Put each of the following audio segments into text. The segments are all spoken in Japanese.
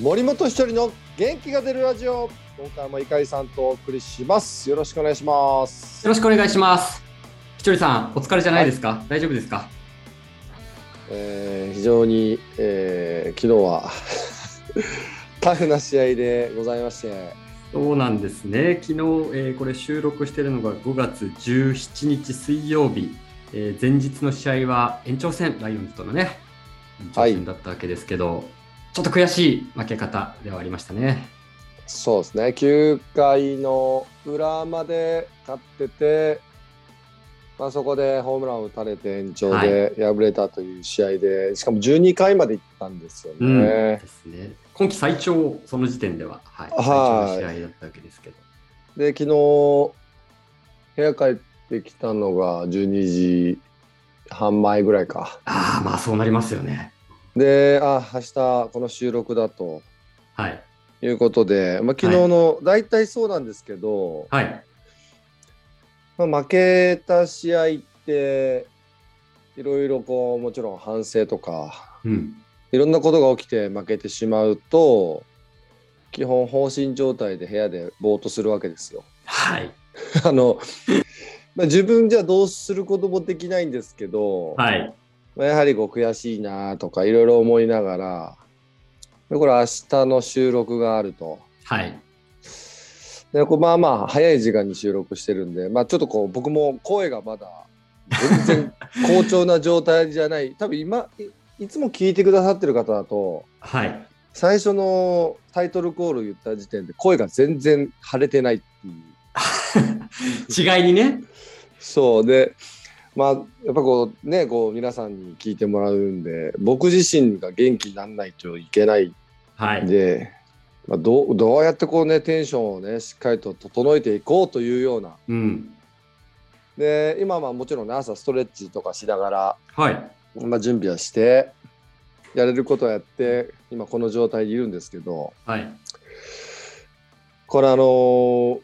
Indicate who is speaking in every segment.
Speaker 1: 森本一人の元気が出るラジオ今回も碇さんとお送りしますよろしくお願いします
Speaker 2: よろしくお願いします。ひとりさん、お疲れじゃないですか、大丈夫ですか
Speaker 1: えー非常に、えー昨日は タフな試合でございまして
Speaker 2: そうなんですね。昨日、えーこれ収録してるのが5月17日水曜日。えー前日の試合は延長戦、ライオンズとのね、延長
Speaker 1: はい
Speaker 2: 戦だったわけですけど、ちょっと悔しい負け方ではありましたね。
Speaker 1: そうですね9回の裏まで勝ってて、まあ、そこでホームランを打たれて延長で敗れたという試合で、しかも12回まで行ったんですよね。
Speaker 2: うん、ですね。今季最長、その時点では、はい、最
Speaker 1: はい
Speaker 2: 長の試合だったわけですけど。
Speaker 1: で昨日部屋帰ってきたのが12時半前ぐらいか
Speaker 2: ああ、まあそうなりますよね。
Speaker 1: であ明日この収録だと
Speaker 2: はい。
Speaker 1: いうことで、まあ、昨日の大体そうなんですけど、
Speaker 2: はい。
Speaker 1: まあ、負けた試合っていろいろこうもちろん反省とか
Speaker 2: うん。
Speaker 1: いろんなことが起きて負けてしまうと基本放心状態で部屋でぼーっとするわけですよ。
Speaker 2: はい。
Speaker 1: あのまあ自分じゃどうすることもできないんですけど、
Speaker 2: はい。
Speaker 1: まあやはりこう悔しいなとかいろいろ思いながらでこれ明日の収録があると
Speaker 2: はい。
Speaker 1: でこうまあまあ早い時間に収録してるんで、まあ、ちょっとこう僕も声がまだ全然好調な状態じゃない多分今いいつも聞いてくださってる方だと
Speaker 2: はい。
Speaker 1: 最初のタイトルコール言った時点で声が全然腫れてないっていう。
Speaker 2: 違いにね。
Speaker 1: そうでまあやっぱこうねこう皆さんに聞いてもらうんで僕自身が元気にならないといけない
Speaker 2: はい。
Speaker 1: んで、まあ、どうどうやってこうねテンションをねしっかりと整えていこうというような
Speaker 2: うん。
Speaker 1: で今はまあもちろんね朝ストレッチとかしながら、
Speaker 2: はい。
Speaker 1: まあ、準備はしてやれることはやって今この状態にいるんですけど
Speaker 2: はい。
Speaker 1: これあのー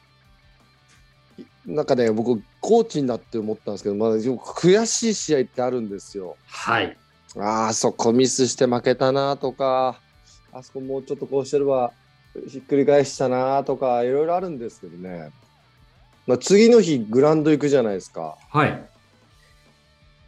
Speaker 1: いなんかね僕コーチになって思ったんですけど、まあ、よく悔しい試合ってあるんですよ。
Speaker 2: はい。
Speaker 1: あーそこミスして負けたなとかあそこもうちょっとこうしてればひっくり返したなとかいろいろあるんですけどね、まあ、次の日グラウンド行くじゃないですか
Speaker 2: はい。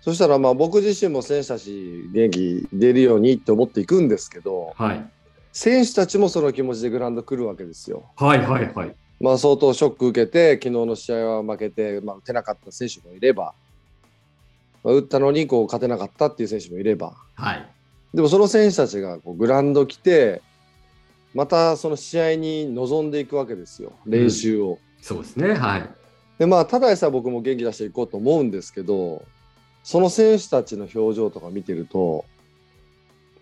Speaker 1: そしたらまあ僕自身も選手たち元気出るようにって思っていくんですけど
Speaker 2: はい。
Speaker 1: 選手たちもその気持ちでグラウンド来るわけですよ。
Speaker 2: はい。はい。はい。
Speaker 1: まあ、相当ショック受けて、昨日の試合は負けて、まあ、打てなかった選手もいれば、まあ、打ったのにこう勝てなかったっていう選手もいれば、
Speaker 2: はい。
Speaker 1: でもその選手たちがこうグラウンド来て、またその試合に臨んでいくわけですよ、練習を。
Speaker 2: そうですね。はい。
Speaker 1: で、まあ、ただでさえ僕も元気出していこうと思うんですけど、その選手たちの表情とか見てると、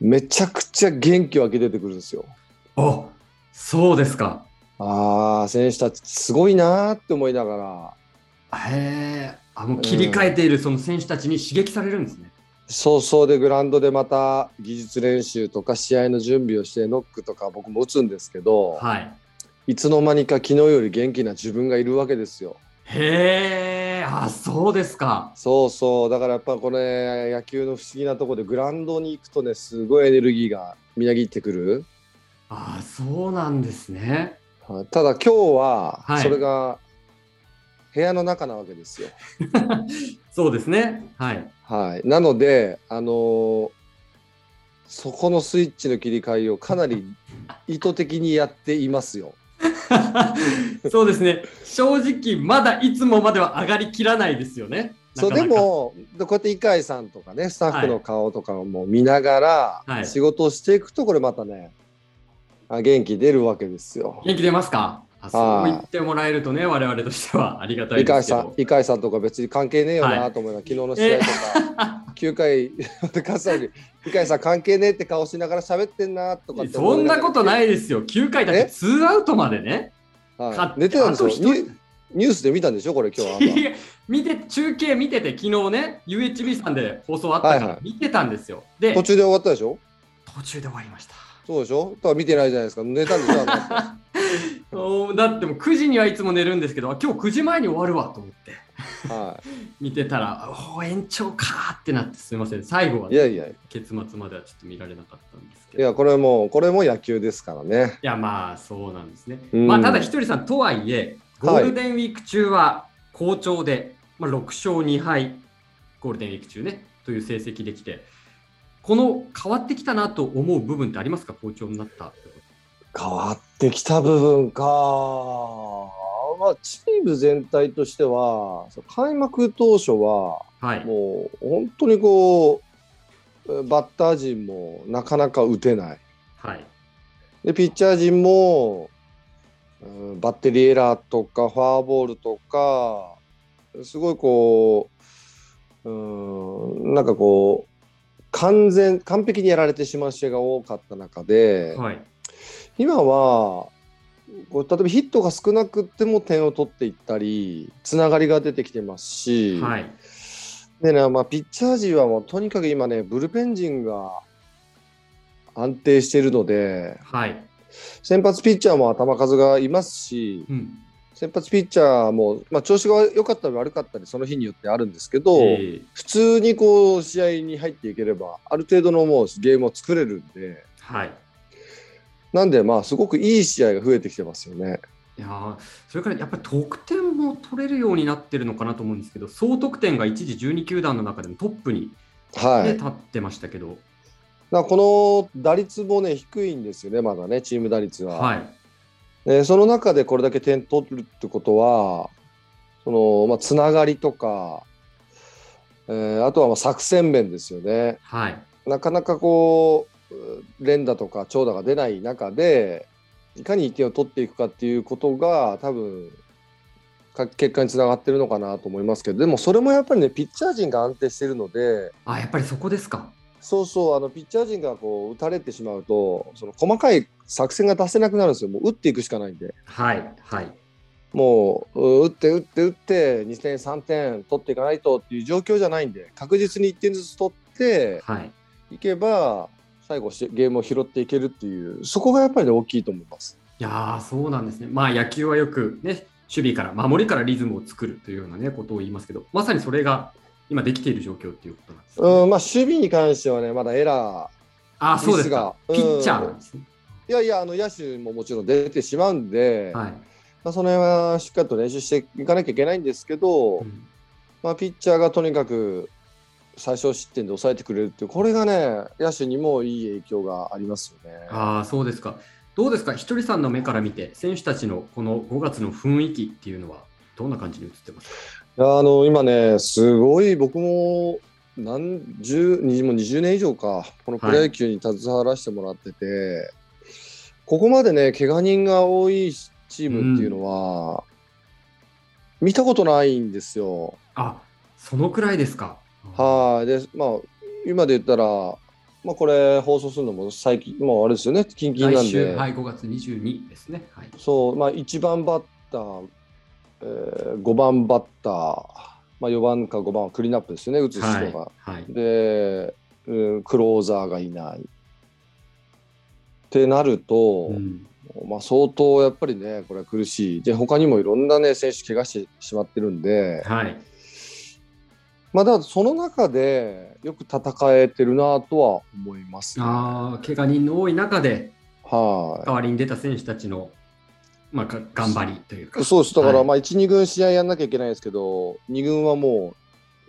Speaker 1: めちゃくちゃ元気湧き出てくるんですよ。
Speaker 2: あ、そうですか。
Speaker 1: ああ、選手たちすごいなーって思いながら、
Speaker 2: へえ。あ、もう切り替えているその選手たちに刺激されるんですね。
Speaker 1: そうそうでグラウンドでまた技術練習とか試合の準備をしてノックとか僕も打つんですけど、
Speaker 2: はい。
Speaker 1: い、つの間にか昨日より元気な自分がいるわけですよ。
Speaker 2: へえ。あ、そうですか。
Speaker 1: そうそうだからやっぱこれ野球の不思議なところでグラウンドに行くとねすごいエネルギーがみなぎってくる
Speaker 2: あ、そうなんですね。
Speaker 1: はいただ今日は
Speaker 2: はい
Speaker 1: それが部屋の中なわけですよ。
Speaker 2: そうですね。 はい。
Speaker 1: はい、なので、あのーそこのスイッチの切り替えをかな り意図的にやっていますよ。
Speaker 2: そうですね。正直、まだいつもまでは上がりきらないですよね。
Speaker 1: そう
Speaker 2: なか
Speaker 1: で
Speaker 2: なか。
Speaker 1: もでこうやって碇さんとかねスタッフの顔とかも見なが
Speaker 2: は
Speaker 1: ら
Speaker 2: い
Speaker 1: 仕事をしていくとこれまたね、あ元気出るわけですよ。
Speaker 2: 元気出ますかあそう言ってもらえるとね、我々としてはありがたいで
Speaker 1: 碇
Speaker 2: すけ
Speaker 1: さ
Speaker 2: ど
Speaker 1: ん。碇さんとか別に関係ねえよ
Speaker 2: は
Speaker 1: なと思いながら、昨日の試合と か9回 勝つのに碇さん関係ねえって顔しながら喋ってんなとかって
Speaker 2: そ
Speaker 1: 思
Speaker 2: んなことない
Speaker 1: い
Speaker 2: ですよ。9回だって
Speaker 1: え
Speaker 2: ツーアウトまでね。
Speaker 1: がら、
Speaker 2: 勝
Speaker 1: はい、寝てたんですよ
Speaker 2: あと一人
Speaker 1: ニュニュースで見たんでしょこれ今日
Speaker 2: いや見て中継見てて、昨日ね、UHB さんで放送あったか
Speaker 1: はいは
Speaker 2: ら
Speaker 1: い
Speaker 2: 見てたんですよ。
Speaker 1: 朝途
Speaker 2: で、
Speaker 1: 中で終わったでしょ
Speaker 2: 途中で終わりました。
Speaker 1: そうでしょだから見てないじゃないですか寝たんでしょあの後
Speaker 2: おーだってもう9時にはいつも寝るんですけどあ今日9時前に終わるわと思って
Speaker 1: は。
Speaker 2: 見てたらおー延長かーってなってすみません最後はい
Speaker 1: いやいやい
Speaker 2: 結末まではちょっと見られなかったんですけど。
Speaker 1: や、これも、これも野球ですからね。
Speaker 2: いやまあそうなんですね。
Speaker 1: うん
Speaker 2: まあただひとりさんとはいえゴ
Speaker 1: はい
Speaker 2: ールデンウィーク中は好調で、まあ、6勝2敗ゴールデンウィーク中ねという成績できてこの変わってきたなと思う部分ってありますか好調になったってこ
Speaker 1: 変わってきた部分か。まあ、チーム全体としては、そう開幕当初は、
Speaker 2: とはい
Speaker 1: もう本当にこう、バッター陣もなかなか打てない。
Speaker 2: はい
Speaker 1: で、ピッチャー陣も、うんバッテリーエラーとか、フォアボールとか、すごいこう、うん、なんかこう、完全、完璧にやられてしまう試合が多かった中で、
Speaker 2: はい
Speaker 1: 今はこう例えばヒットが少なくても点を取っていったりつながりが出てきてますし、
Speaker 2: はい
Speaker 1: でねまあ、ピッチャー陣はもうとにかく今ねブルペン陣が安定しているので
Speaker 2: はい
Speaker 1: 先発ピッチャーも頭数がいますし
Speaker 2: うん
Speaker 1: 先発ピッチャーも、まあ、調子が良かったり悪かったりその日によってあるんですけど、
Speaker 2: えー
Speaker 1: 普通にこう試合に入っていければある程度のもうゲームを作れるんで
Speaker 2: はい
Speaker 1: なんでまあすごくいい試合が増えてきてますよね。
Speaker 2: いやーそれからやっぱり得点も取れるようになってるのかなと思うんですけど総得点が一時12球団の中でもトップに、ね
Speaker 1: はい、
Speaker 2: 立ってましたけど
Speaker 1: だからこの打率もね低いんですよね、まだね、チーム打率は。
Speaker 2: はい
Speaker 1: えーその中でこれだけ点取るってことは、そのまあ、つながりとか、えーあとはまあ作戦面ですよね。
Speaker 2: はい
Speaker 1: なかなかこうう、連打とか長打が出ない中で、いかに1点を取っていくかっていうことが、多分か結果につながってるのかなと思いますけど、でもそれもやっぱりね、ピッチャー陣が安定してるので、
Speaker 2: あやっぱりそこですか
Speaker 1: そうそうあのピッチャー陣がこう打たれてしまうとその細かい作戦が出せなくなるんですよ、もう打っていくしかないんで、
Speaker 2: はいはい
Speaker 1: もうう打って打って打って、2点、3点取っていかないとっていう状況じゃないんで、確実に1点ずつ取って
Speaker 2: はい
Speaker 1: いけば、最後し、ゲームを拾っていけるっていう、そこがやっぱりね大きいと思います。
Speaker 2: いやーそうなんですね。まあ野球はよくね、守備から守りからリズムを作るというようなね、ことを言いますけど、まさにそれが今できている状況っていうことなんです、ね。
Speaker 1: うんまあ、守備に関してはね、まだエラ
Speaker 2: あーそうですか。
Speaker 1: ミ
Speaker 2: ピ
Speaker 1: スがうん
Speaker 2: ッチャーなんですね。
Speaker 1: ー、いやいや、あの野手ももちろん出てしまうんで、
Speaker 2: はい。
Speaker 1: まあ、その辺はしっかりと練習していかなきゃいけないんですけど、
Speaker 2: うん
Speaker 1: まあ、ピッチャーがとにかく最小失点で抑えてくれるっていうこれがね野手にもいい影響がありますよね。
Speaker 2: ああ、そうですか。どうですか、ひとりさんの目から見て、選手たちのこの5月の雰囲気っていうのは、どんな感じに映ってますか
Speaker 1: あの今ねすごい僕も何十にもう20年以上かこのプロ野球に携わらせてもらってて、ここまでね怪我人が多いチームっていうのは、見たことないんですよ。
Speaker 2: あそのくらいですか。
Speaker 1: はいでまあ今で言ったら、まあ、これ放送するのも最近もうあれですよね近々な
Speaker 2: 来
Speaker 1: んで。
Speaker 2: 週、はい、5月22ですね。はい。
Speaker 1: そう、まあ、1番バッター、えー、5番バッター、まあ、4番か5番はクリーンアップですよね、打つ人
Speaker 2: はい
Speaker 1: が。
Speaker 2: はい、
Speaker 1: で、うん、クローザーがいない。ってなると、
Speaker 2: うん
Speaker 1: まあ、相当やっぱりね、これは苦しい。で、他にもいろんなね、選手、怪我してしまってるんで、
Speaker 2: はい
Speaker 1: まあ、だからその中でよく戦えてるなとは思います、ね。
Speaker 2: ああ、怪我人の多い中で、
Speaker 1: は
Speaker 2: 代わりに出た選手たちの、まあ、が頑張りというか
Speaker 1: い。、そうです。だから、
Speaker 2: はい
Speaker 1: まあ、1、2軍試合やんなきゃいけないですけど、2軍はも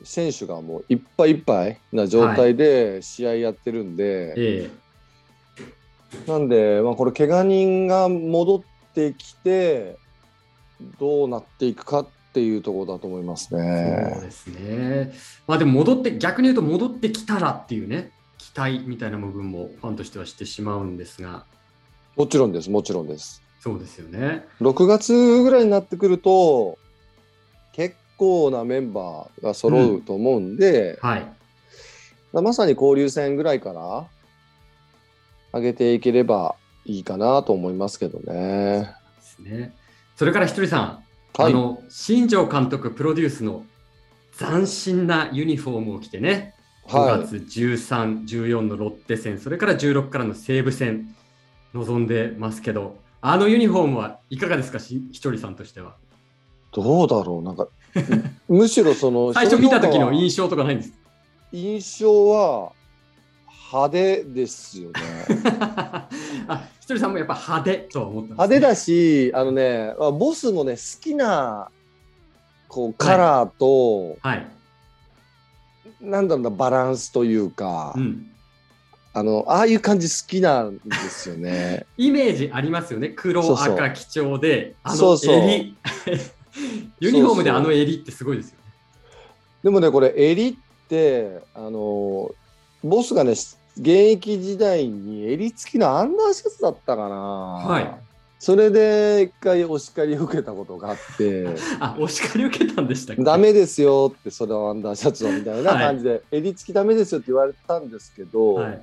Speaker 1: う、選手がもういっぱいいっぱいな状態で試合やってるんで、
Speaker 2: え
Speaker 1: なんで、まあ、これ、怪我人が戻ってきて、どうなっていくかっていうところだと思います
Speaker 2: えそ
Speaker 1: ね。
Speaker 2: うですね、まあ、でも戻って、逆に言うと戻ってきたらっていうね、期待みたいな部分もファンとしてはしてしまうんですが、
Speaker 1: もちろんです、もちろんです。
Speaker 2: そうですよね。
Speaker 1: 6月ぐらいになってくると、結構なメンバーが揃うと思うんで、
Speaker 2: はい、
Speaker 1: まあまさに交流戦ぐらいから上げていければいいかなと思いますけどね。
Speaker 2: ですねそれからひとりさん、
Speaker 1: は
Speaker 2: あ
Speaker 1: い、
Speaker 2: の新庄監督プロデュースの斬新なユニフォームを着てね、
Speaker 1: は
Speaker 2: 5
Speaker 1: い、
Speaker 2: 月13、14のロッテ戦、それから16からの西武戦、望んでますけど、あのユニフォームはいかがですか、しひとりさんとしては。
Speaker 1: どうだろう、なんか、むしろその、
Speaker 2: 最初見た時の印象とかないんです
Speaker 1: 印象は派手ですよね。
Speaker 2: かあひとりさんもやっぱ派手とは思ったんです
Speaker 1: 派手だし、あのね、あボスもね、好きな、こう、カラーと、
Speaker 2: はい。
Speaker 1: なんだろうな、バランスというか、
Speaker 2: うん。
Speaker 1: あの、ああいう感じ好きなんですよ ね。
Speaker 2: イメージありますよね。黒、
Speaker 1: そうそう
Speaker 2: 赤、基調で、あ
Speaker 1: そ
Speaker 2: の
Speaker 1: うそう
Speaker 2: 襟。 ユニフォームであの襟ってすごいですよね。
Speaker 1: でもね、これ、襟って、あの、ボスがね、現役時代に襟付きのアンダーシャツだったかな。
Speaker 2: い
Speaker 1: それで、一回お叱りを受けたことがあって、
Speaker 2: あ、お叱り受けたんでしたっけ
Speaker 1: ダメですよって、それはアンダーシャツをみたいな
Speaker 2: はい
Speaker 1: 感じで、襟付きダメですよって言われたんですけど、
Speaker 2: はい。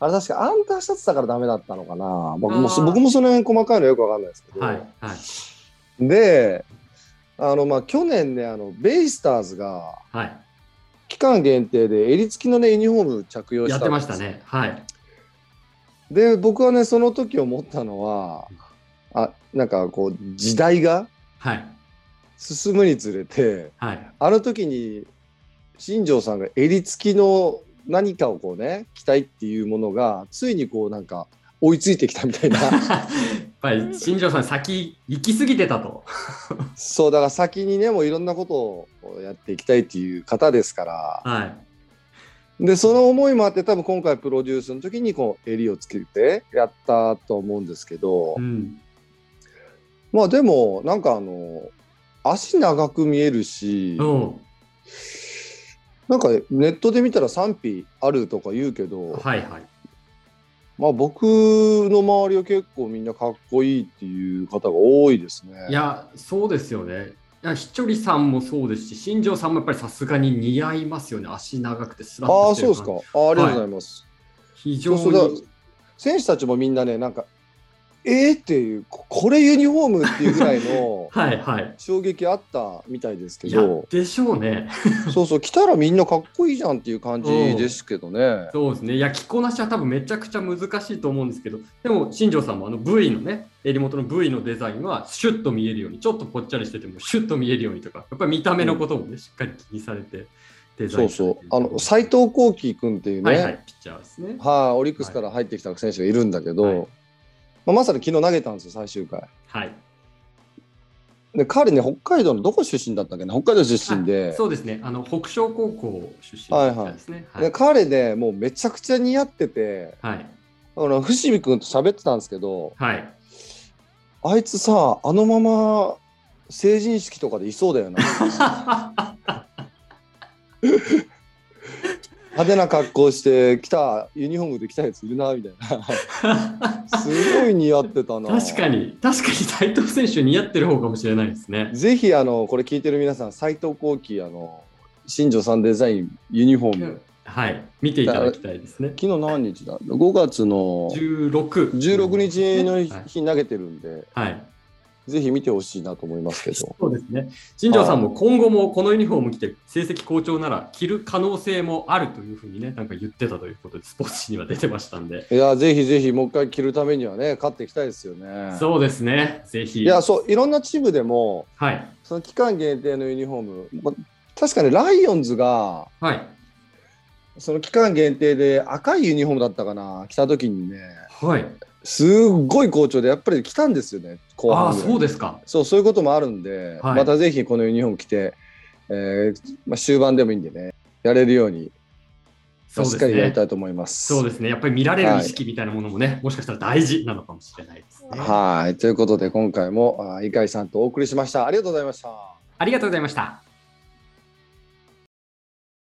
Speaker 1: あれ確かアンダーシャツだからダメだったのかな。僕も
Speaker 2: あー
Speaker 1: 僕もその辺細かいのよくわかんないですけど。
Speaker 2: はい。はい。
Speaker 1: であのまあ去年ねあのベイスターズが
Speaker 2: はい。
Speaker 1: 期間限定で襟付きのねユニフォーム着用し
Speaker 2: や
Speaker 1: たん
Speaker 2: っ
Speaker 1: です
Speaker 2: てましたね。はい。
Speaker 1: で僕はねその時思ったのはあなんかこう時代が
Speaker 2: はい。
Speaker 1: 進むにつれて
Speaker 2: はい。
Speaker 1: あの時に新庄さんが襟付きの何かをこうね着たいっていうものがついにこうなんか追いついてきたみたいな
Speaker 2: やっぱり新庄さん、先行き過ぎてたと。
Speaker 1: そうだから先にねもういろんなことをやっていきたいっていう方ですから
Speaker 2: はい。
Speaker 1: でその思いもあって多分今回プロデュースの時にこう襟をつけてやったと思うんですけど、
Speaker 2: うん。
Speaker 1: まあでもなんかあの足長く見えるし、
Speaker 2: うん。
Speaker 1: なんかネットで見たら賛否あるとか言うけど、
Speaker 2: はいはい。
Speaker 1: まあ僕の周りは結構みんなかっこいいっていう方が多いですね。
Speaker 2: いや、そうですよね。いやひちょりさんもそうですし、新庄さんもやっぱりさすがに似合いますよね。足長くてスラッ
Speaker 1: あ
Speaker 2: と
Speaker 1: あ
Speaker 2: し
Speaker 1: そう
Speaker 2: てる
Speaker 1: ですかあーありがとうございます。
Speaker 2: 非常
Speaker 1: そう
Speaker 2: に
Speaker 1: そうだ選手たちもみんなねなんかえー、っていうここれユニフォームっていうぐらいの
Speaker 2: はいはい。
Speaker 1: 衝撃あったみたいですけ
Speaker 2: いや
Speaker 1: ど。
Speaker 2: でしょうね。
Speaker 1: そうそう、来たらみんなかっこいいじゃんっていう感じですけどね。
Speaker 2: そうですね。いや、着こなしは多分めちゃくちゃ難しいと思うんですけど、でも新庄さんもあの V のね、襟元の V のデザインはシュッと見えるように、ちょっとぽっちゃりしててもシュッと見えるようにとか、やっぱり見た目のこともね、しっかり気にされてデザ
Speaker 1: そ
Speaker 2: イ
Speaker 1: う
Speaker 2: ンさ
Speaker 1: そ
Speaker 2: れ
Speaker 1: う
Speaker 2: ている。
Speaker 1: あの、斎藤幸輝君っていうね、は
Speaker 2: は
Speaker 1: いい、
Speaker 2: はい、ピッチャーですね。
Speaker 1: オリックスから入ってきた選手がいるんだけど、
Speaker 2: はい
Speaker 1: まあ、まさに昨日投げたんですよ、最終回。
Speaker 2: はい。
Speaker 1: で、彼ね、北海道のどこ出身だったっけね、北海道出身
Speaker 2: あ
Speaker 1: で、
Speaker 2: そうですね。あの北昇高校出身のピッチャーですね。は
Speaker 1: で
Speaker 2: い。
Speaker 1: 彼ね、もうめちゃくちゃ似合ってて、
Speaker 2: はい。
Speaker 1: あの伏見君と喋ってたんですけど、
Speaker 2: はい。
Speaker 1: あいつさ、あのまま成人式とかでいそうだ よな、派手な格好して、来た、ユニフォームで来たやついるな、みたいな、 すごい似合ってたな。
Speaker 2: 確かに、確かに斉藤選手似合ってる方かもしれないですね。
Speaker 1: ぜひあのこれ聞いてる皆さん斎藤幸喜あの新庄さんデザインユニフォーム
Speaker 2: はい。見ていただきたいですね。
Speaker 1: 昨日何日だ5月の
Speaker 2: 16。
Speaker 1: 16日の
Speaker 2: はい
Speaker 1: 日投げてるんで、
Speaker 2: はい。
Speaker 1: ぜひ見てほしいなと思いますけど
Speaker 2: そうですね。新庄さんも今後もこのユニフォーム着て成績好調なら着る可能性もあるというふうにね、なんか言ってたということで、スポーツ紙には出てましたんで。
Speaker 1: いやぜひぜひもう一回着るためにはね勝っていきたいですよね
Speaker 2: そうですね。ぜひ。
Speaker 1: いやそういろんなチームでも
Speaker 2: はい。
Speaker 1: その期間限定のユニフォームま確かにライオンズが
Speaker 2: はい。
Speaker 1: その期間限定で赤いユニフォームだったかな着た時にね
Speaker 2: はい。
Speaker 1: すっごい好調でやっぱり着たんですよね後
Speaker 2: ああ、
Speaker 1: 半ぐらい
Speaker 2: そうですか。
Speaker 1: そうそういうこともあるんで、
Speaker 2: はい
Speaker 1: またぜひこのユニフォーム着て、えーまあ、終盤でもいいんでね、やれるように、
Speaker 2: そ
Speaker 1: まあ
Speaker 2: うで
Speaker 1: しっ
Speaker 2: す
Speaker 1: かりやり
Speaker 2: ね。
Speaker 1: たいと思います。
Speaker 2: そうですね。やっぱり見られる意識みたいなものもね、もしかしたら大事なのかもしれないですね。
Speaker 1: はいということで、今回もあー井上さんとお送りしました。ありがとうございました。
Speaker 2: ありがとうございました。